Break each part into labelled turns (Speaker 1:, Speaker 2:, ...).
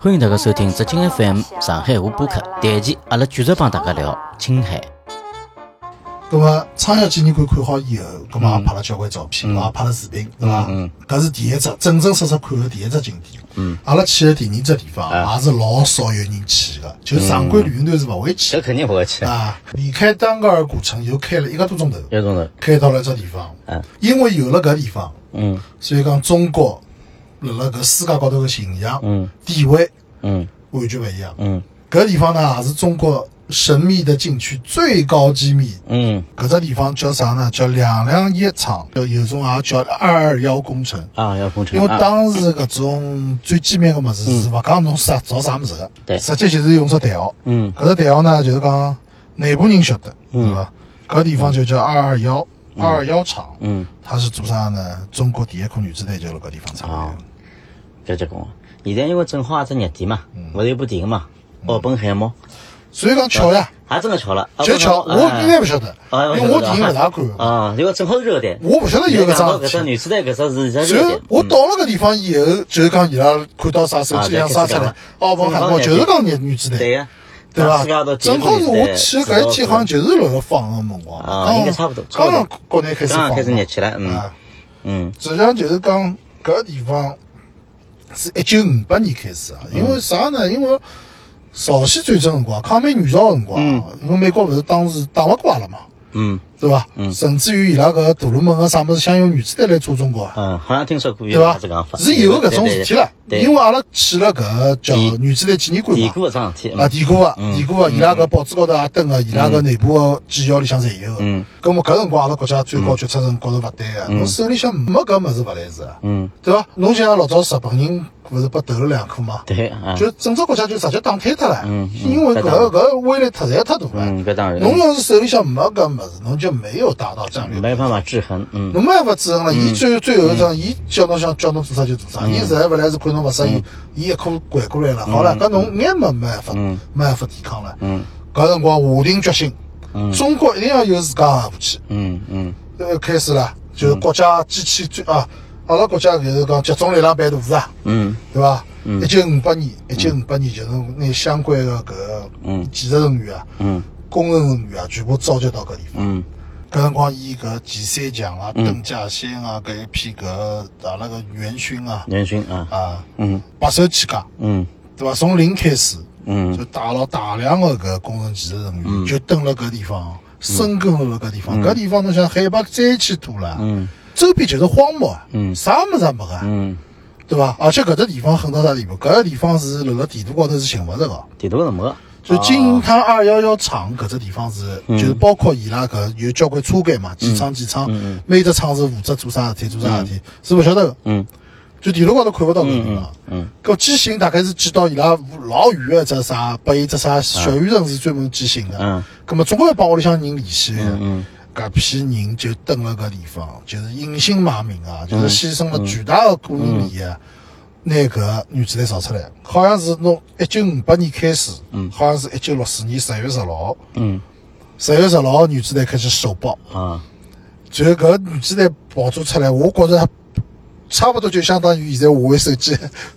Speaker 1: 欢迎大家收听浙江 FM 上海话播客。第一期阿拉继续帮大家聊青海。
Speaker 2: 那么苍小纪念馆看好以后，咁么
Speaker 1: 嗯
Speaker 2: 也拍了交关照片，也拍了视频，对伐？搿是第一只正正式式看的第一只景点。嗯，阿拉去的第二只地
Speaker 1: 啊
Speaker 2: 方也是老少有人去
Speaker 1: 嗯
Speaker 2: 的，就常规旅行团是勿会去
Speaker 1: 这
Speaker 2: 的
Speaker 1: 肯定不会去，
Speaker 2: 啊。离开丹格尔古城又开了一个多钟头，
Speaker 1: 一个钟头。
Speaker 2: 开到了这地方
Speaker 1: 嗯。
Speaker 2: 因为有了搿地方，
Speaker 1: 嗯
Speaker 2: 所以讲中国辣辣搿世界高头的形象
Speaker 1: 嗯、
Speaker 2: 地位
Speaker 1: 嗯
Speaker 2: 完全勿一样。
Speaker 1: 嗯
Speaker 2: 搿地方呢，也是中国神秘的禁区最高机密
Speaker 1: 嗯
Speaker 2: 搿只地方叫啥呢？叫两两夜场，叫有种也叫二二幺工程。
Speaker 1: 啊，要工
Speaker 2: 因
Speaker 1: 程
Speaker 2: 为
Speaker 1: 啊，
Speaker 2: 当时搿种最机密个物事是勿讲侬啥造啥物事个，
Speaker 1: 对
Speaker 2: 直接就是用只代号。
Speaker 1: 嗯
Speaker 2: 搿只代号呢，就是讲内部人晓得，对伐？搿地方就叫二二幺二二幺厂，
Speaker 1: 嗯，
Speaker 2: 它是做啥呢？中国第一颗原子弹就辣搿地方出来
Speaker 1: 啊
Speaker 2: 的。，
Speaker 1: 就结棍。现在因为正好也只热点嘛，
Speaker 2: 嗯
Speaker 1: 勿是有部电影嘛，《奥本海默
Speaker 2: 所以讲巧呀，》，
Speaker 1: 也真的巧了，
Speaker 2: 就巧，
Speaker 1: 啊
Speaker 2: 我应该勿晓得，
Speaker 1: 啊
Speaker 2: 因为我电影勿大看。
Speaker 1: 啊，因为正好是热点。
Speaker 2: 我勿晓得有搿桩
Speaker 1: 搿
Speaker 2: 事
Speaker 1: 只
Speaker 2: 体。
Speaker 1: 女子弹搿只是
Speaker 2: 所
Speaker 1: 热
Speaker 2: 以
Speaker 1: 点，嗯
Speaker 2: 我到了搿地方以后，就是讲伊拉看到啥手机里向啥哦出来，澳门、韩国就是讲女女子弹，
Speaker 1: 对呀，啊
Speaker 2: 对
Speaker 1: 世界
Speaker 2: 伐？
Speaker 1: 都
Speaker 2: 正好是我去搿一天，好像就是辣辣放个辰光，
Speaker 1: 啊
Speaker 2: 刚
Speaker 1: 应该差不多
Speaker 2: 刚刚国内开始
Speaker 1: 刚
Speaker 2: 放
Speaker 1: 刚开始热
Speaker 2: 嘛，
Speaker 1: 起来，嗯
Speaker 2: 啊，
Speaker 1: 嗯
Speaker 2: 实际上就是讲搿地方是一九五八年开始啊，
Speaker 1: 嗯
Speaker 2: 因为啥呢？因为朝鲜战争辰光，抗美援朝个辰光，因为美国勿是当时打勿过阿拉嘛，
Speaker 1: 嗯
Speaker 2: 对伐？甚至于伊拉搿杜鲁门啊个啥物事想用原子弹来炸中国啊。
Speaker 1: 嗯，好像听说过
Speaker 2: 对
Speaker 1: 有
Speaker 2: 伐
Speaker 1: 这讲法，？
Speaker 2: 是有搿种事体了，
Speaker 1: 对，
Speaker 2: 因为阿拉去了搿叫
Speaker 1: 地
Speaker 2: 原子弹纪念馆
Speaker 1: 典
Speaker 2: 嘛，
Speaker 1: 故桩事体，
Speaker 2: 啊，典故啊，
Speaker 1: 嗯
Speaker 2: 典故啊，伊拉搿报纸高头也登个，伊拉搿内部个纪要里向侪有个。
Speaker 1: 嗯，
Speaker 2: 搿么搿辰光阿拉国家最高决策人觉着勿对个，侬手里向没搿物事勿来事啊，
Speaker 1: 嗯，
Speaker 2: 对伐？侬像老早日本人勿是被投了两颗嘛，
Speaker 1: 对啊，
Speaker 2: 就整个国家就直接打开脱了
Speaker 1: 嗯，嗯
Speaker 2: 因为
Speaker 1: 搿
Speaker 2: 搿
Speaker 1: 当然
Speaker 2: 搿威力太侪太大了。
Speaker 1: 嗯，搿当然，
Speaker 2: 侬要是手里向没搿物事，侬就没有达到战略
Speaker 1: 没办法制衡，嗯嗯
Speaker 2: 侬没办法制衡了，伊最最后一张，伊叫侬想叫侬做啥就做啥，伊实在勿来是看侬勿适意，伊一颗掼过来了，好了，搿侬眼没没办法，没办法抵抗了。
Speaker 1: 嗯
Speaker 2: 搿辰光下定决心，中国一定要有自家的武器。
Speaker 1: 嗯嗯
Speaker 2: 呃，开始了，就是国家机器最啊，阿拉国家就是讲集中力量办大事啊，
Speaker 1: 嗯
Speaker 2: 对伐？一九五八年，一九五八年就是拿相关的搿个技术人员啊、
Speaker 1: 嗯
Speaker 2: 工程人员啊，全部召集到搿地方。
Speaker 1: 嗯
Speaker 2: 搿辰光，伊搿前三强啊、邓稼先啊，搿一批搿阿拉个元勋啊，
Speaker 1: 人群啊，
Speaker 2: 啊，
Speaker 1: 嗯
Speaker 2: 白手起家，
Speaker 1: 嗯
Speaker 2: 对伐？从零开始，
Speaker 1: 嗯
Speaker 2: 就带了大量的搿工程技术人员，就蹲辣搿地方，
Speaker 1: 嗯
Speaker 2: 生根辣辣搿地方。搿地方侬想海拔三千多了，
Speaker 1: 嗯
Speaker 2: 周边就是荒漠啊，
Speaker 1: 嗯
Speaker 2: 啥物事也没个，
Speaker 1: 嗯，
Speaker 2: 对伐？而且搿只地方狠到啥地步？搿个地方是辣辣地图高头是寻勿着个。
Speaker 1: 地图是没个，
Speaker 2: 就金滩二幺幺厂搿只地方是，就是包括伊拉搿有交关车间嘛，几厂几厂，每只厂是负责做啥事体，做啥事体是勿晓得个。
Speaker 1: 嗯，
Speaker 2: 就地图高头看勿到搿个地方。
Speaker 1: 嗯，
Speaker 2: 搿寄信大概是寄到伊拉老远个只啥，拨伊只啥小县城是专门寄信的。
Speaker 1: 嗯，
Speaker 2: 葛末总归要帮屋里向人联系个。搿批人就蹲辣搿地方，就是隐姓埋名
Speaker 1: 嗯
Speaker 2: 啊，就是牺牲了巨大的个人利益啊。拿搿原子弹造出来，好像是从一九五八年开始，好像是一九六四年十月十六号，
Speaker 1: 嗯
Speaker 2: 十月十六号原子弹开始首爆，
Speaker 1: 啊
Speaker 2: 然后搿原子弹爆炸出来，我觉着差不多就相当于现在华为手 机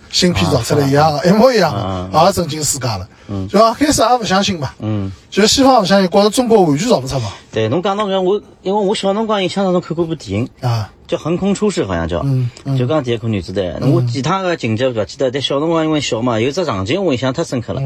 Speaker 2: 芯片造出来一样的，一模一样
Speaker 1: 啊
Speaker 2: 的，也震惊世界了。就刚开始也勿相信嘛，
Speaker 1: 嗯。
Speaker 2: 就西方也勿相信，觉着中国完全造勿出嘛，
Speaker 1: 对，侬讲到搿，我因为我小辰光印象当中看过部电影，
Speaker 2: 啊，
Speaker 1: 叫《横空出世》，好像叫，就讲第一颗女子弹。我其他个情节勿记得，但小辰光因为小嘛，有只场景我印象太深刻了。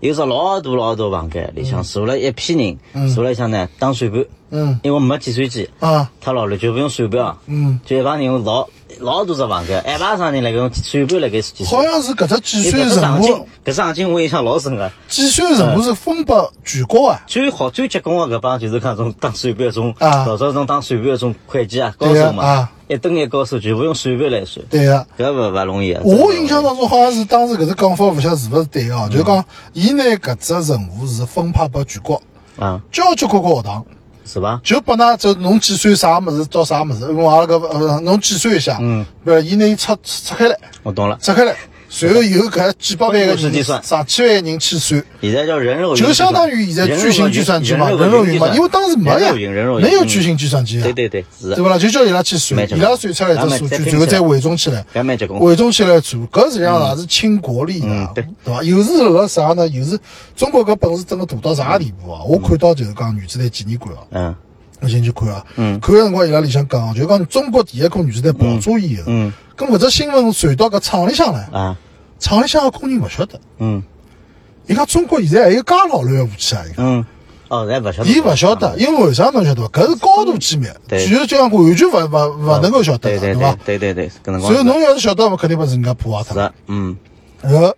Speaker 1: 有只老大老大房间里向坐了一批人，坐了里向呢打算盘，
Speaker 2: 嗯
Speaker 1: 因为没计算机，
Speaker 2: 啊，
Speaker 1: 他老了就勿用算盘，
Speaker 2: 嗯，
Speaker 1: 就一帮人老老大只房间，一排上人辣搿用算盘辣搿计
Speaker 2: 好
Speaker 1: 算。
Speaker 2: 像是搿只计
Speaker 1: 搿
Speaker 2: 算
Speaker 1: 只场
Speaker 2: 任
Speaker 1: 景
Speaker 2: 务，，
Speaker 1: 搿只场景我印象老深个。
Speaker 2: 计算任务是分拨全国啊。
Speaker 1: 最好最结棍的搿帮就是讲种打算盘种，
Speaker 2: 啊
Speaker 1: 老早种打算盘的种会计啊，高
Speaker 2: 对呀
Speaker 1: 手嘛
Speaker 2: 啊，
Speaker 1: 一等一高手全部用算盘来算，
Speaker 2: 对啊，
Speaker 1: 搿勿勿容易啊。
Speaker 2: 我印象当中好像是当时搿只讲法，勿晓得是勿是对哦，就是讲伊拿搿只任务是分派拨全国
Speaker 1: 啊，
Speaker 2: 交交关关学堂，
Speaker 1: 是伐？
Speaker 2: 就拨㑚就侬计算啥物事到啥物事，用阿拉搿呃侬计算一下，嗯，不是伊拿伊拆拆开来，
Speaker 1: 我懂了，
Speaker 2: 拆开来，随后有搿几百万个
Speaker 1: 是计
Speaker 2: 人
Speaker 1: 算
Speaker 2: 上千万人去算，
Speaker 1: 现在叫人肉云计
Speaker 2: 就
Speaker 1: 算，
Speaker 2: 相当于现在
Speaker 1: 人
Speaker 2: 巨
Speaker 1: 肉
Speaker 2: 星
Speaker 1: 云
Speaker 2: 计算机嘛，
Speaker 1: 人
Speaker 2: 人
Speaker 1: 肉
Speaker 2: 肉
Speaker 1: 云
Speaker 2: 云
Speaker 1: 计
Speaker 2: 嘛，
Speaker 1: 算
Speaker 2: 因为当时没
Speaker 1: 人
Speaker 2: 呀
Speaker 1: 肉云人肉，云
Speaker 2: 没有巨星计算机呀，
Speaker 1: 对对对，是
Speaker 2: 对
Speaker 1: 的，
Speaker 2: 不啦？就叫伊拉去算
Speaker 1: 没，错
Speaker 2: 伊拉算出来
Speaker 1: 咱
Speaker 2: 只
Speaker 1: 们
Speaker 2: 数
Speaker 1: 再
Speaker 2: 据，
Speaker 1: 拼
Speaker 2: 然后
Speaker 1: 起
Speaker 2: 再
Speaker 1: 来
Speaker 2: 汇总起来，
Speaker 1: 不要蛮结棍。
Speaker 2: 汇总起来做，搿实际上也是轻国力
Speaker 1: 嗯
Speaker 2: 的，
Speaker 1: 对
Speaker 2: 伐？又是辣辣啥呢？又是中国搿本事真个大到啥地步啊？我看到就是讲女子队纪念馆啊，
Speaker 1: 嗯
Speaker 2: 我先去看啊，
Speaker 1: 嗯
Speaker 2: 看个辰光伊拉里向讲，啊就讲中国第一颗女子队爆炸以后，
Speaker 1: 嗯
Speaker 2: 咁搿只新闻传到搿厂里向来，
Speaker 1: 啊
Speaker 2: 厂里向个工人勿晓得，
Speaker 1: 嗯
Speaker 2: 伊讲中国现在还有介老卵个武器啊，伊讲。
Speaker 1: 嗯，哦，那不晓得，
Speaker 2: 伊勿晓得，因为为啥侬晓得伐？搿是高度机密，
Speaker 1: 对
Speaker 2: 其实就讲完全勿勿勿能够晓得
Speaker 1: 对
Speaker 2: 的，
Speaker 1: 对
Speaker 2: 伐
Speaker 1: 对？对对对，搿辰
Speaker 2: 所以
Speaker 1: 光
Speaker 2: 侬要是晓得，肯定把人家破坏脱
Speaker 1: 是。的，嗯
Speaker 2: 然后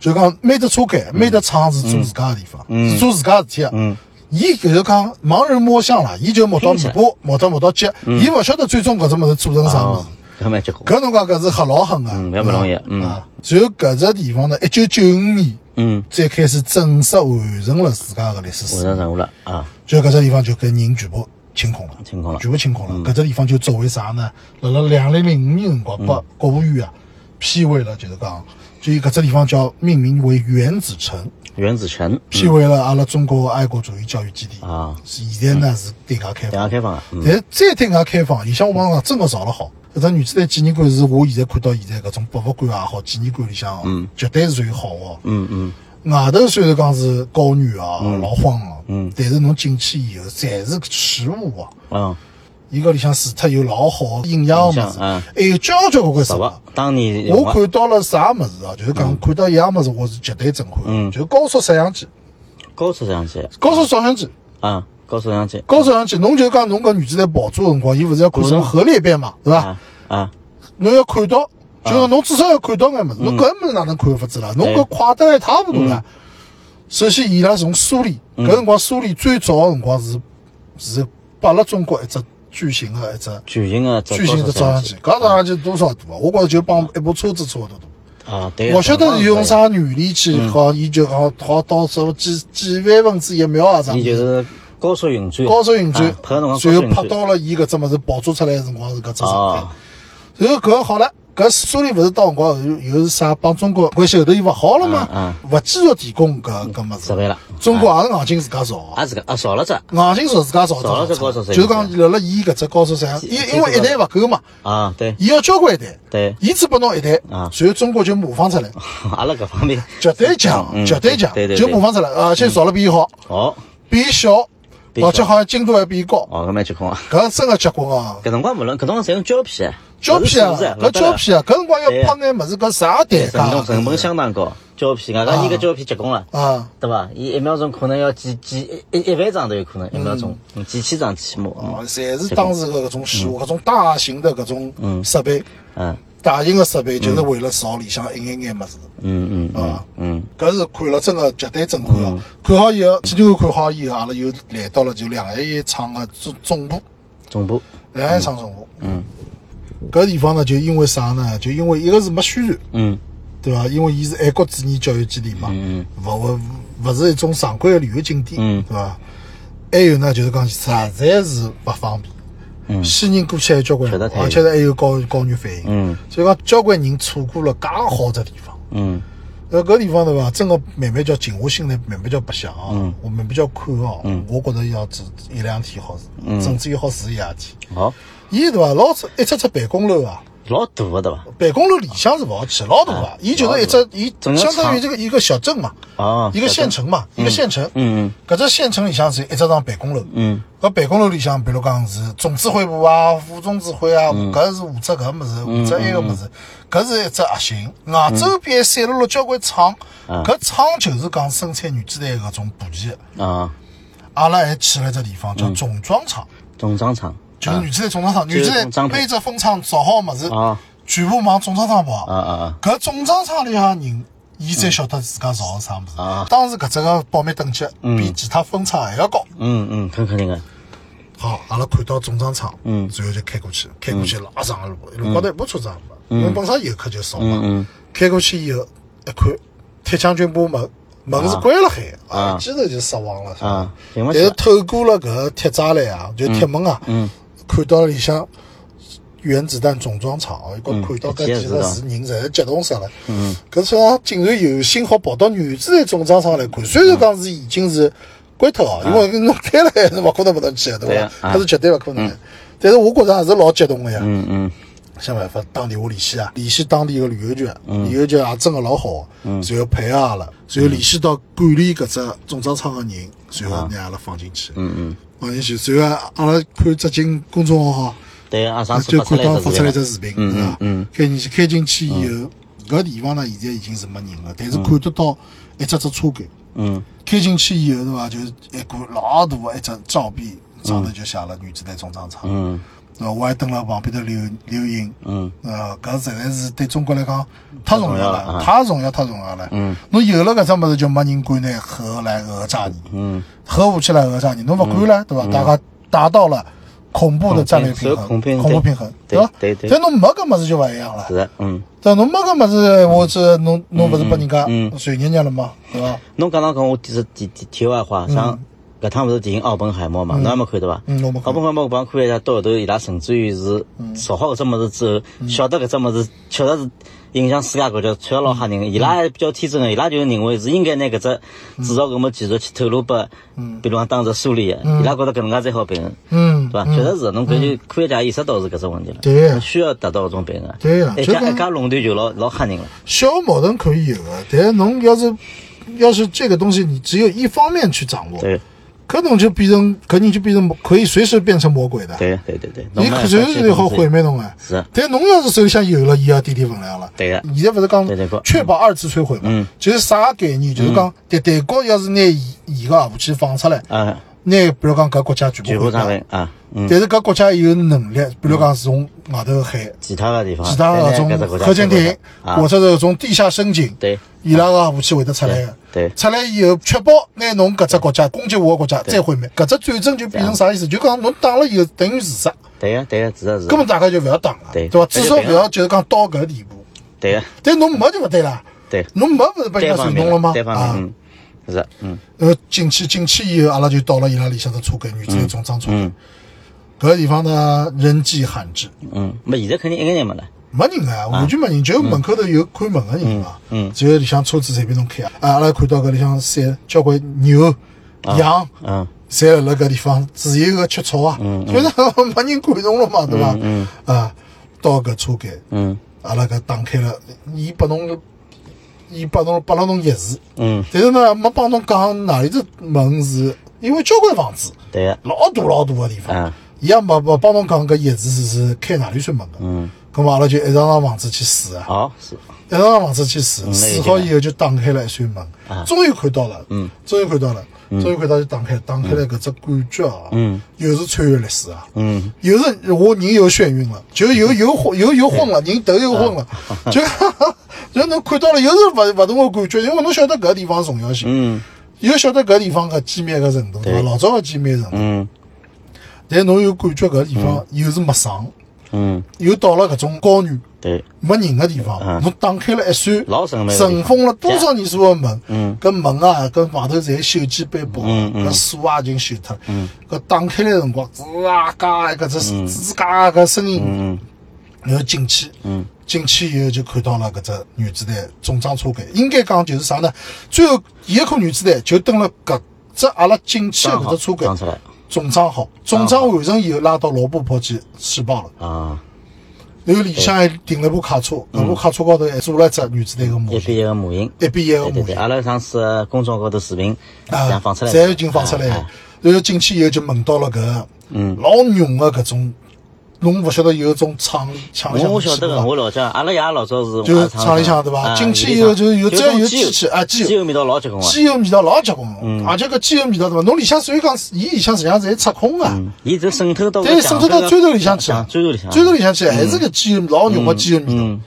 Speaker 2: 就讲每只车间、每只厂是做自家的地方，是做自家的事体的
Speaker 1: 嗯。
Speaker 2: 伊搿就讲盲人摸象啦，伊就摸到尾巴，摸到摸到脚，伊勿晓得最终搿只物事做成啥
Speaker 1: 嗯
Speaker 2: 物
Speaker 1: 哦
Speaker 2: 事。，
Speaker 1: 搿蛮结棍，
Speaker 2: 搿侬讲搿是黑老狠个，
Speaker 1: 嗯，也勿容易
Speaker 2: 啊，
Speaker 1: 嗯
Speaker 2: 啊。然后搿只地方呢，一九九五年
Speaker 1: 嗯，
Speaker 2: 才开始正式完成了自家个历史
Speaker 1: 完
Speaker 2: 使
Speaker 1: 成
Speaker 2: 命，
Speaker 1: 任务了啊，
Speaker 2: 就搿只地方就跟人全部清空了。
Speaker 1: 清空了，嗯
Speaker 2: 全部清空了。搿只地方就作为啥呢？辣辣两零零五年辰光，
Speaker 1: 嗯
Speaker 2: 拨国务院啊批为了，就是讲，就搿只地方叫命名为原子城，
Speaker 1: 原子城
Speaker 2: 批为了阿拉中国爱国主义教育基地。
Speaker 1: 啊，
Speaker 2: 现在呢是对外开
Speaker 1: 对外
Speaker 2: 放，
Speaker 1: 开放啊，嗯
Speaker 2: 但是再对外开放，里向我帮侬讲，真个造了好。搿只女子队纪念馆是我现在看到现在搿种博物馆也好，纪念馆里向哦，绝对是属于好哦。
Speaker 1: 嗯嗯，
Speaker 2: 外头虽然讲是高原啊，老荒啊，
Speaker 1: 嗯
Speaker 2: 但是侬进去以后，侪是植物啊。
Speaker 1: 哦，
Speaker 2: 伊搿里向除脱有老好的营养个物
Speaker 1: 影
Speaker 2: 事，
Speaker 1: 像嗯
Speaker 2: 还有交交关关食
Speaker 1: 十
Speaker 2: 物。
Speaker 1: 八，当年有嗯
Speaker 2: 我
Speaker 1: 啊
Speaker 2: 看到了啥物事啊？就是讲看到一样物事，我是绝对震撼的，就是高速摄像机、
Speaker 1: 嗯高速摄像机
Speaker 2: 高速照相机、
Speaker 1: 啊，高速摄像机，
Speaker 2: 高速照相机。侬就讲侬搿女子在跑车个辰光，伊勿是要看什么核裂变嘛，对伐
Speaker 1: 嗯啊？啊，
Speaker 2: 侬要看到，就是侬至少要看到眼物事。
Speaker 1: 嗯
Speaker 2: 侬搿物事哪能看勿出啦？侬搿快得一塌糊涂啦。首先，伊拉从苏联
Speaker 1: 嗯
Speaker 2: 搿辰光，苏联最早个辰光是是拨了中国一只巨型个一只。
Speaker 1: 巨型的这
Speaker 2: 巨型的
Speaker 1: 高速
Speaker 2: 照
Speaker 1: 摄
Speaker 2: 相
Speaker 1: 像
Speaker 2: 机，搿照相机多少大啊？我觉着就帮一部车子差勿多大。
Speaker 1: 啊，对，
Speaker 2: 勿晓得是用啥原理去，
Speaker 1: 嗯
Speaker 2: 好，伊就好好到什么几几万分之一秒啊啥
Speaker 1: 伊。就是高速运转，
Speaker 2: 高速运转
Speaker 1: 啊拍的辰光，
Speaker 2: 然后
Speaker 1: 高速运
Speaker 2: 拍
Speaker 1: 转
Speaker 2: 到了伊搿只物事爆炸出来个辰光是搿只状态
Speaker 1: 啊。
Speaker 2: 然后搿好了，搿苏联勿是到辰光又又是啥帮中国关系后头伊勿好了
Speaker 1: 嗯
Speaker 2: 嘛？勿继续提供搿搿物
Speaker 1: 设备
Speaker 2: 事
Speaker 1: 了，
Speaker 2: 中国也是硬劲自家造。
Speaker 1: 啊，自家啊少了只
Speaker 2: 硬劲自家造
Speaker 1: 造了
Speaker 2: 造
Speaker 1: 只高速摄像
Speaker 2: 就是讲
Speaker 1: 机
Speaker 2: 辣辣伊搿只高速摄像，因因为一台勿够嘛，
Speaker 1: 啊，对
Speaker 2: 伊要交关一台，
Speaker 1: 对，
Speaker 2: 伊只拨侬一台，然
Speaker 1: 啊
Speaker 2: 后中国就模仿出来，
Speaker 1: 阿拉搿方面
Speaker 2: 绝对强，
Speaker 1: 嗯
Speaker 2: 绝对强
Speaker 1: 对，对对
Speaker 2: 就模仿出来，而且造了比伊好，
Speaker 1: 哦
Speaker 2: 比伊小，
Speaker 1: 比伊小
Speaker 2: 而且好像精度还比伊高，
Speaker 1: 哦，搿蛮结棍啊。
Speaker 2: 搿真个结棍啊！
Speaker 1: 搿辰光无论搿辰光侪用胶片，
Speaker 2: 胶片啊，搿胶片啊，搿辰光要
Speaker 1: 对呀
Speaker 2: 拍眼物事，搿啥代价
Speaker 1: 成
Speaker 2: 啊
Speaker 1: 本？成本相当高，胶片，外加伊搿胶片结棍了，
Speaker 2: 啊！
Speaker 1: 对伐？伊一秒钟可能要几几一一万张都有可能，一秒钟嗯几千张起码，
Speaker 2: 哦
Speaker 1: 嗯
Speaker 2: 侪是当时个搿种事物，搿种大型的搿种设备，
Speaker 1: 嗯
Speaker 2: 大型的设备就是为了造里向一眼眼物事
Speaker 1: 嗯嗯嗯
Speaker 2: 啊。
Speaker 1: 嗯，
Speaker 2: 搿是看了真个绝对震撼啊！看好以后，纪念馆看好以后，阿拉又来到了就两一一厂个总总部。
Speaker 1: 总部
Speaker 2: 哎，长城湖，嗯，搿地方呢，就因为啥呢？就因为一个是没宣传，
Speaker 1: 嗯
Speaker 2: 对伐？因为伊是爱国主义教育基地嘛，
Speaker 1: 嗯
Speaker 2: 勿勿勿是一种常规的旅游景点，
Speaker 1: 嗯
Speaker 2: 对伐？还有呢，就是讲实在是勿方便，
Speaker 1: 嗯
Speaker 2: 西人过去还有交关
Speaker 1: 确
Speaker 2: 人
Speaker 1: 实，太
Speaker 2: 而且还有高高原反应，
Speaker 1: 嗯
Speaker 2: 所以讲交关人错过了介好只地方。
Speaker 1: 嗯
Speaker 2: 呃，搿地方对伐？真个慢慢叫静下心来，慢慢叫白相
Speaker 1: 嗯
Speaker 2: 哦，我慢慢叫看哦。我觉着要只一两天好，
Speaker 1: 嗯
Speaker 2: 甚至于好住一夜天。
Speaker 1: 好，
Speaker 2: 伊对伐？老早一只只办公楼啊，
Speaker 1: 老大个对伐？
Speaker 2: 办公楼里向是勿好去，老大
Speaker 1: 啊
Speaker 2: 啊。伊就是一只，伊
Speaker 1: 整个
Speaker 2: 相当于
Speaker 1: 厂
Speaker 2: 这个一个小镇嘛，
Speaker 1: 哦，
Speaker 2: 一个县城嘛，一个县城。
Speaker 1: 嗯
Speaker 2: 搿只县城里向是一只张办公楼。
Speaker 1: 嗯
Speaker 2: 搿办公楼里向，比如讲是总指挥部啊、副总指挥啊，
Speaker 1: 嗯
Speaker 2: 搿是负责搿物事，负责埃个物事，搿是一只核心。外周边散落了交关厂，
Speaker 1: 啊
Speaker 2: 搿厂就是讲生产原子弹搿种部件的。
Speaker 1: 嗯啊，
Speaker 2: 阿拉还去了一只地方叫总装厂。
Speaker 1: 总商场
Speaker 2: 就是女子在总厂厂，
Speaker 1: 嗯
Speaker 2: 女
Speaker 1: 啊就是
Speaker 2: 子
Speaker 1: 总厂
Speaker 2: 在
Speaker 1: 厂
Speaker 2: 背着风厂造好的物事
Speaker 1: 啊，
Speaker 2: 全部往总厂厂
Speaker 1: 啊
Speaker 2: 跑。
Speaker 1: 啊啊，
Speaker 2: 搿总厂厂里向人，伊才晓得自家造的啥物事
Speaker 1: 嗯啊。
Speaker 2: 当时搿只个保密等级比其他分厂还要高。
Speaker 1: 嗯嗯，很肯定个，
Speaker 2: 好，阿拉看到总厂厂，
Speaker 1: 嗯
Speaker 2: 然后就开过去，开过去老长个路，一路高头一部车子也没，因为本身游客就少
Speaker 1: 嗯
Speaker 2: 嘛
Speaker 1: 嗯。
Speaker 2: 开过去以后，一看铁将军部门门是关了海，
Speaker 1: 啊
Speaker 2: 啊，一记头就失望了。是吧
Speaker 1: 啊，行勿
Speaker 2: 但是
Speaker 1: 行？嗯
Speaker 2: 透过了搿个铁栅栏啊，就铁门啊，看到了里向原子弹总装厂哦，一觉看到搿几
Speaker 1: 嗯
Speaker 2: 个
Speaker 1: 嗯
Speaker 2: 字人，侪是激动死了。嗯，搿车啊竟然有幸好跑到原子弹总厂厂来看，虽然讲是已经是关脱哦，因为侬开了是勿可能勿能去的，对
Speaker 1: 对
Speaker 2: 伐
Speaker 1: 啊？啊
Speaker 2: 搿是绝对勿可能的。但是我觉着还是老激动个呀。
Speaker 1: 嗯嗯
Speaker 2: 想办法打电话联系啊，联系当地个旅游局，旅游局也真个老好，然后配合阿拉，然后联系到管理搿只总厂厂个人，然后拿阿拉放进去，
Speaker 1: 嗯嗯，
Speaker 2: 放进去，然后阿拉看浙江公众号，
Speaker 1: 对啊，上次
Speaker 2: 就
Speaker 1: 发出来
Speaker 2: 看到
Speaker 1: 的
Speaker 2: 发出来
Speaker 1: 这
Speaker 2: 只
Speaker 1: 个
Speaker 2: 视频，
Speaker 1: 嗯
Speaker 2: 对伐
Speaker 1: 嗯嗯？嗯
Speaker 2: 开进去，开进去以后，搿地方呢现在已经是没人了，但是看得到一只只车间，
Speaker 1: 嗯
Speaker 2: 开进去以后对伐？就是一股老大个一只照片，上头就写了女子在总厂厂，
Speaker 1: 嗯
Speaker 2: 对伐？我还蹲辣旁边头留留影。
Speaker 1: 嗯
Speaker 2: 呃，搿实在是对中国来讲太
Speaker 1: 太
Speaker 2: 重要
Speaker 1: 重要了
Speaker 2: 了，
Speaker 1: 啊
Speaker 2: 太重要，太重要了。
Speaker 1: 嗯，
Speaker 2: 侬有了搿只物事，就没人敢拿核来讹诈你，
Speaker 1: 嗯，
Speaker 2: 核武器来讹诈你，侬勿管了，对伐？大家达到了恐怖的战略平衡，
Speaker 1: 恐怖平衡
Speaker 2: 恐怖平衡，
Speaker 1: 对
Speaker 2: 伐？
Speaker 1: 对对
Speaker 2: 但侬没搿物事就勿一样了
Speaker 1: 是，的，嗯。
Speaker 2: 对伐？侬没搿物事，我这侬侬勿是拨人家
Speaker 1: 嗯
Speaker 2: 随人家了吗？对伐？
Speaker 1: 侬讲到讲，我提是题题题外话，像搿趟勿是电影《奥本海默》嘛，侬还没看对伐？
Speaker 2: 嗯我没看
Speaker 1: 奥
Speaker 2: 嗯
Speaker 1: 本海默我帮看了一下，到后头伊拉甚至于是造好搿只物事之后，晓得搿只物事确实是影响世界格局，确实老吓
Speaker 2: 嗯
Speaker 1: 人。伊拉还比较天真个，伊拉就认为是应该拿搿只制造搿么技术去透露拨，比如讲当时苏联个，伊拉觉得搿能介才好平衡。
Speaker 2: 嗯
Speaker 1: 对，伐？确实是，侬搿就科学家意识到是搿只问题了，
Speaker 2: 对呀
Speaker 1: 需要达到搿种平衡。
Speaker 2: 对呀
Speaker 1: 一
Speaker 2: 就
Speaker 1: 家
Speaker 2: 讲
Speaker 1: 一家垄断就老老吓人了。
Speaker 2: 小矛盾可以有的，但是侬要是要是这个东西你只有一方面去掌握，
Speaker 1: 对
Speaker 2: 可能就变成可能就变成可以随时变成魔鬼的。
Speaker 1: 对对对对，侬没
Speaker 2: 你可
Speaker 1: 办法
Speaker 2: 随
Speaker 1: 去
Speaker 2: 时就好
Speaker 1: 控制
Speaker 2: 毁灭侬哎。
Speaker 1: 是啊
Speaker 2: 但侬要是手里向有了，伊也点点分量了。
Speaker 1: 对
Speaker 2: 呀
Speaker 1: 呀。
Speaker 2: 现在勿是
Speaker 1: 对对
Speaker 2: 讲
Speaker 1: 对
Speaker 2: 确保二次摧毁嘛
Speaker 1: 嗯？
Speaker 2: 就是啥概念？就是讲，对对国要是拿伊伊个武器放出来，
Speaker 1: 啊，
Speaker 2: 拿比如讲搿国家全
Speaker 1: 全
Speaker 2: 部
Speaker 1: 部
Speaker 2: 毁
Speaker 1: 上
Speaker 2: 掉。
Speaker 1: 来啊，嗯，
Speaker 2: 但是搿国家有能力，比如讲是从外头海、
Speaker 1: 其他的地方，
Speaker 2: 其他的
Speaker 1: 啊现在搿只
Speaker 2: 搿种
Speaker 1: 国家
Speaker 2: 核潜艇
Speaker 1: 啊
Speaker 2: 或，者是从地下深井，
Speaker 1: 对
Speaker 2: 伊拉个武器会得出来个。
Speaker 1: 对对
Speaker 2: 出来以后，确保拿侬搿只国家攻击我个国家再毁灭，搿只战争就变成啥意思？就讲侬打了以后等于自杀，
Speaker 1: 对呀对呀，是的是
Speaker 2: 根
Speaker 1: 的，
Speaker 2: 本大家就勿要打了，
Speaker 1: 对
Speaker 2: 伐？至
Speaker 1: 这就
Speaker 2: 少
Speaker 1: 变
Speaker 2: 勿
Speaker 1: 了
Speaker 2: 要就是讲到搿个地步。
Speaker 1: 对呀
Speaker 2: 但侬没就勿对啦，
Speaker 1: 对，
Speaker 2: 侬没勿是被
Speaker 1: 单方
Speaker 2: 人家传
Speaker 1: 面
Speaker 2: 动了吗？
Speaker 1: 单方
Speaker 2: 啊，
Speaker 1: 面，嗯，是的，嗯
Speaker 2: 呃，进去进去以后，阿拉就到了伊拉里向的车间，女子的总装车间。
Speaker 1: 嗯
Speaker 2: 搿个地方呢，人迹罕至，
Speaker 1: 嗯，没现在肯定一个人没了，
Speaker 2: 没人啊，完全没人，就门口头有看门个人嘛。
Speaker 1: 嗯嗯
Speaker 2: 只有里向车子随便侬开啊，啊阿拉看到搿里向晒交关
Speaker 1: 啊
Speaker 2: 牛、羊，
Speaker 1: 嗯
Speaker 2: 侪辣搿地方自由个吃草啊，所以呢没人管侬了嘛，对伐？啊，到搿车间，
Speaker 1: 嗯
Speaker 2: 阿拉搿打开了，伊拨侬，伊拨侬拨了侬钥匙，
Speaker 1: 嗯，
Speaker 2: 但是呢，没帮侬讲哪一只门是，因为交关房子，
Speaker 1: 对呀，
Speaker 2: 老大老大个地方
Speaker 1: 啊，
Speaker 2: 伊也没没帮侬讲搿钥匙是是开哪里扇门个，
Speaker 1: 嗯，
Speaker 2: 咁嘛阿拉就一幢幢房子去试啊，
Speaker 1: 好是，
Speaker 2: 一幢幢房子去试，
Speaker 1: 嗯
Speaker 2: 试好以后就打开了一扇
Speaker 1: 啊
Speaker 2: 门，终于看到了，
Speaker 1: 嗯
Speaker 2: 终于看到了，终于看到就打开，打开了搿只感觉啊
Speaker 1: 嗯，
Speaker 2: 又是穿越历史啊。
Speaker 1: 嗯
Speaker 2: 有人我人有眩晕了，就有有昏有有昏
Speaker 1: 嗯
Speaker 2: 了，人头有昏了，
Speaker 1: 啊
Speaker 2: 就就侬看到了有是勿勿同个感觉，因为侬晓得搿地方重要性，
Speaker 1: 嗯
Speaker 2: 又晓得搿地方个机密个程度，对伐？
Speaker 1: 对
Speaker 2: 老早个机密程度，
Speaker 1: 嗯
Speaker 2: 但侬又感觉搿地方又是陌生，
Speaker 1: 嗯，
Speaker 2: 又到了搿种高原
Speaker 1: 对，
Speaker 2: 没人个地方，
Speaker 1: 嗯
Speaker 2: 侬打开了一扇
Speaker 1: 老神秘的地方
Speaker 2: 尘封了多少年数个门，
Speaker 1: 嗯
Speaker 2: 搿门啊，搿外头侪锈迹斑驳，
Speaker 1: 嗯嗯
Speaker 2: 搿锁啊已经锈脱了，搿打开来的辰光，吱啊嘎搿只吱吱嘎嘎声音。
Speaker 1: 嗯
Speaker 2: 然后进去，
Speaker 1: 嗯，
Speaker 2: 进去以后就看到了搿只原子弹总装车间，应该讲就是啥呢？最后一颗原子弹就登了搿只阿拉进去的搿只车
Speaker 1: 讲
Speaker 2: 间
Speaker 1: 出来
Speaker 2: 总装好，总装完成以后拉到罗布泊去试爆了，
Speaker 1: 啊，
Speaker 2: 然后里向还停了部卡车，搿部卡车高头还做了一只原子弹个
Speaker 1: 嗯
Speaker 2: 模
Speaker 1: 一
Speaker 2: 型，
Speaker 1: 比一个模型。
Speaker 2: 一比一个
Speaker 1: 对
Speaker 2: 模
Speaker 1: 对
Speaker 2: 型
Speaker 1: 对，。阿拉上次公众号头视频，
Speaker 2: 啊，
Speaker 1: 放出来，
Speaker 2: 侪已经放出来
Speaker 1: 啊
Speaker 2: 了，。然后进去以后就闻到了搿，嗯，老浓个搿种，侬勿晓得有一种厂里厂里向
Speaker 1: 我我
Speaker 2: 的
Speaker 1: 晓
Speaker 2: 气
Speaker 1: 得
Speaker 2: 味
Speaker 1: 个，
Speaker 2: 伐
Speaker 1: 我老家，阿拉爷老早是
Speaker 2: 就是
Speaker 1: 厂
Speaker 2: 厂里向对
Speaker 1: 啊
Speaker 2: 伐进去以后就是有只要有机器啊机油
Speaker 1: 机油味道老结棍啊。嗯
Speaker 2: 机油味道老结棍，啊而且搿机油味道对伐？侬里向所以讲，伊里向实际上是测控个，
Speaker 1: 嗯伊就渗透到
Speaker 2: 啊但是渗透到砖头里向去啊，
Speaker 1: 砖头里向，
Speaker 2: 砖头里向去啊还是搿机油老浓个机油味道
Speaker 1: 嗯。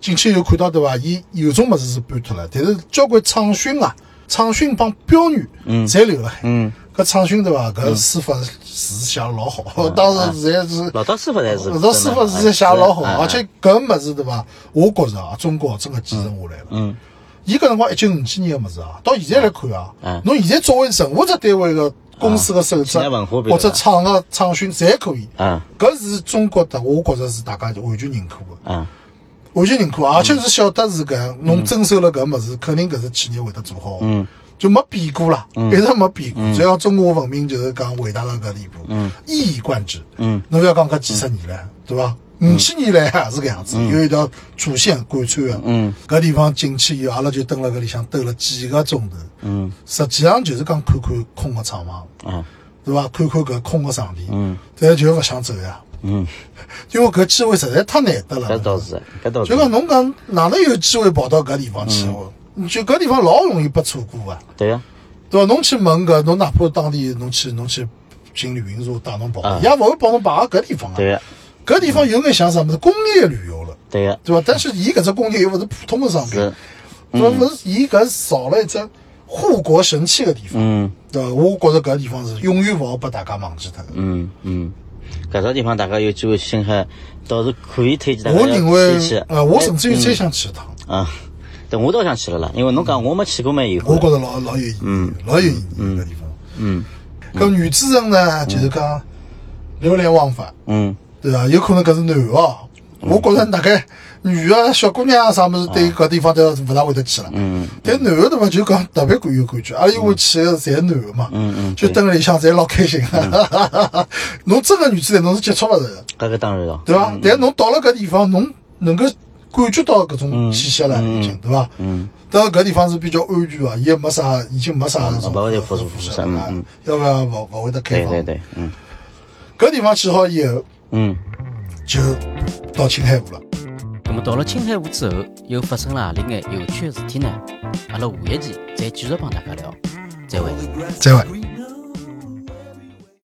Speaker 2: 进去以后看到对伐？伊有种物事是搬脱了，但是交关厂训啊、厂训帮标语侪留了海。
Speaker 1: 嗯，
Speaker 2: 搿厂训对伐？搿书法字写得老好，
Speaker 1: 嗯
Speaker 2: 当时侪是。
Speaker 1: 老早师傅才是，
Speaker 2: 搿种师傅是写得老好，
Speaker 1: 啊
Speaker 2: 而且搿物事对伐？我觉着啊，中国真个继承下来了。
Speaker 1: 嗯，
Speaker 2: 伊搿辰光一九五几年个物事啊，到现在来看啊
Speaker 1: 嗯，
Speaker 2: 侬现在作为任何只单位个公司个守
Speaker 1: 现
Speaker 2: 则
Speaker 1: 在啊文化变
Speaker 2: 或者
Speaker 1: 了
Speaker 2: 厂个厂训侪可以。
Speaker 1: 啊
Speaker 2: 搿是中国的，我觉着是大家完全认可个，
Speaker 1: 啊，
Speaker 2: 完全认可，
Speaker 1: 嗯
Speaker 2: 而啊且是晓得是搿，侬遵守了搿物事，肯定搿是企业会得做好，嗯，就没变过啦，
Speaker 1: 嗯
Speaker 2: 一直没变过，只要中国文明就是讲伟大到搿地步，嗯，一以贯之，
Speaker 1: 嗯，
Speaker 2: 侬勿要讲搿几十年了，对伐？五千年来也是搿样子，有一条主线贯穿个，
Speaker 1: 嗯，
Speaker 2: 搿地方进去以后，阿拉就蹲辣搿里向兜了几个钟头，
Speaker 1: 嗯
Speaker 2: 实际上就是讲看看空个厂房，
Speaker 1: 啊
Speaker 2: 对伐？看看搿空个场地，
Speaker 1: 嗯，
Speaker 2: 但就勿想走呀，
Speaker 1: 嗯，
Speaker 2: 因为搿机会实在太难得了。
Speaker 1: 搿倒是，啊搿倒是
Speaker 2: 就，讲侬讲哪能有机会跑到搿地方去哦？
Speaker 1: 嗯
Speaker 2: 你就搿地方老容易被错过啊，
Speaker 1: 对呀，
Speaker 2: 对伐？侬去问搿，侬哪怕当地侬去侬去寻旅行社带侬跑，
Speaker 1: 啊
Speaker 2: 伊也勿会帮侬摆到搿地方啊。
Speaker 1: 对呀，
Speaker 2: 搿地方有眼像啥物事工业旅游了，
Speaker 1: 对呀，
Speaker 2: 对伐？但是伊搿只工业又勿是普通的商
Speaker 1: 嗯
Speaker 2: 品，
Speaker 1: 是，嗯
Speaker 2: 对伐？勿是伊搿造了一只护国神器的地方，
Speaker 1: 嗯
Speaker 2: 对伐？我觉着搿地方是永远勿好被大家忘记脱的。
Speaker 1: 嗯嗯，搿只地方大家有机会去看看，倒是可以推荐大家
Speaker 2: 我认为
Speaker 1: 要去去，
Speaker 2: 呃，我甚至
Speaker 1: 嗯
Speaker 2: 于再想去一趟，
Speaker 1: 啊，对，我倒想去了啦，因为侬讲我没去过蛮有
Speaker 2: 我
Speaker 1: 欢，
Speaker 2: 觉着老老有意义，老有意义搿地方。
Speaker 1: 嗯
Speaker 2: 咁女主人呢，就是讲流连忘返，
Speaker 1: 嗯
Speaker 2: 对伐？有可能搿是男个哦，我觉着大概女个小姑娘啊啥物事对搿地方都勿大会得去了。
Speaker 1: 嗯
Speaker 2: 但男个对伐，就讲特别有感觉，阿拉因为去个侪男个嘛，
Speaker 1: 嗯嗯，嗯
Speaker 2: 就
Speaker 1: 对，
Speaker 2: 蹲辣里向侪老开心。 侬真个女主人侬是接触勿着个，
Speaker 1: 搿个当然了，
Speaker 2: 对伐？但侬到了搿地方，侬能够感觉到搿种气息了，已经对伐？
Speaker 1: 嗯
Speaker 2: 到搿地方是比较安全个，也没啥，已经没啥那种
Speaker 1: 勿会有
Speaker 2: 辐
Speaker 1: 啊辐射
Speaker 2: 辐
Speaker 1: 嗯
Speaker 2: 啊
Speaker 1: 嗯
Speaker 2: 要不然勿勿会得开
Speaker 1: 对
Speaker 2: 放。
Speaker 1: 对对，嗯
Speaker 2: 搿地方去好以后，
Speaker 1: 嗯。
Speaker 2: 就到青海湖了。
Speaker 3: 那么到了青海湖之后，又发生了何里眼有趣的事体呢？阿拉下一期再继续帮大家聊，再会。
Speaker 2: 再会。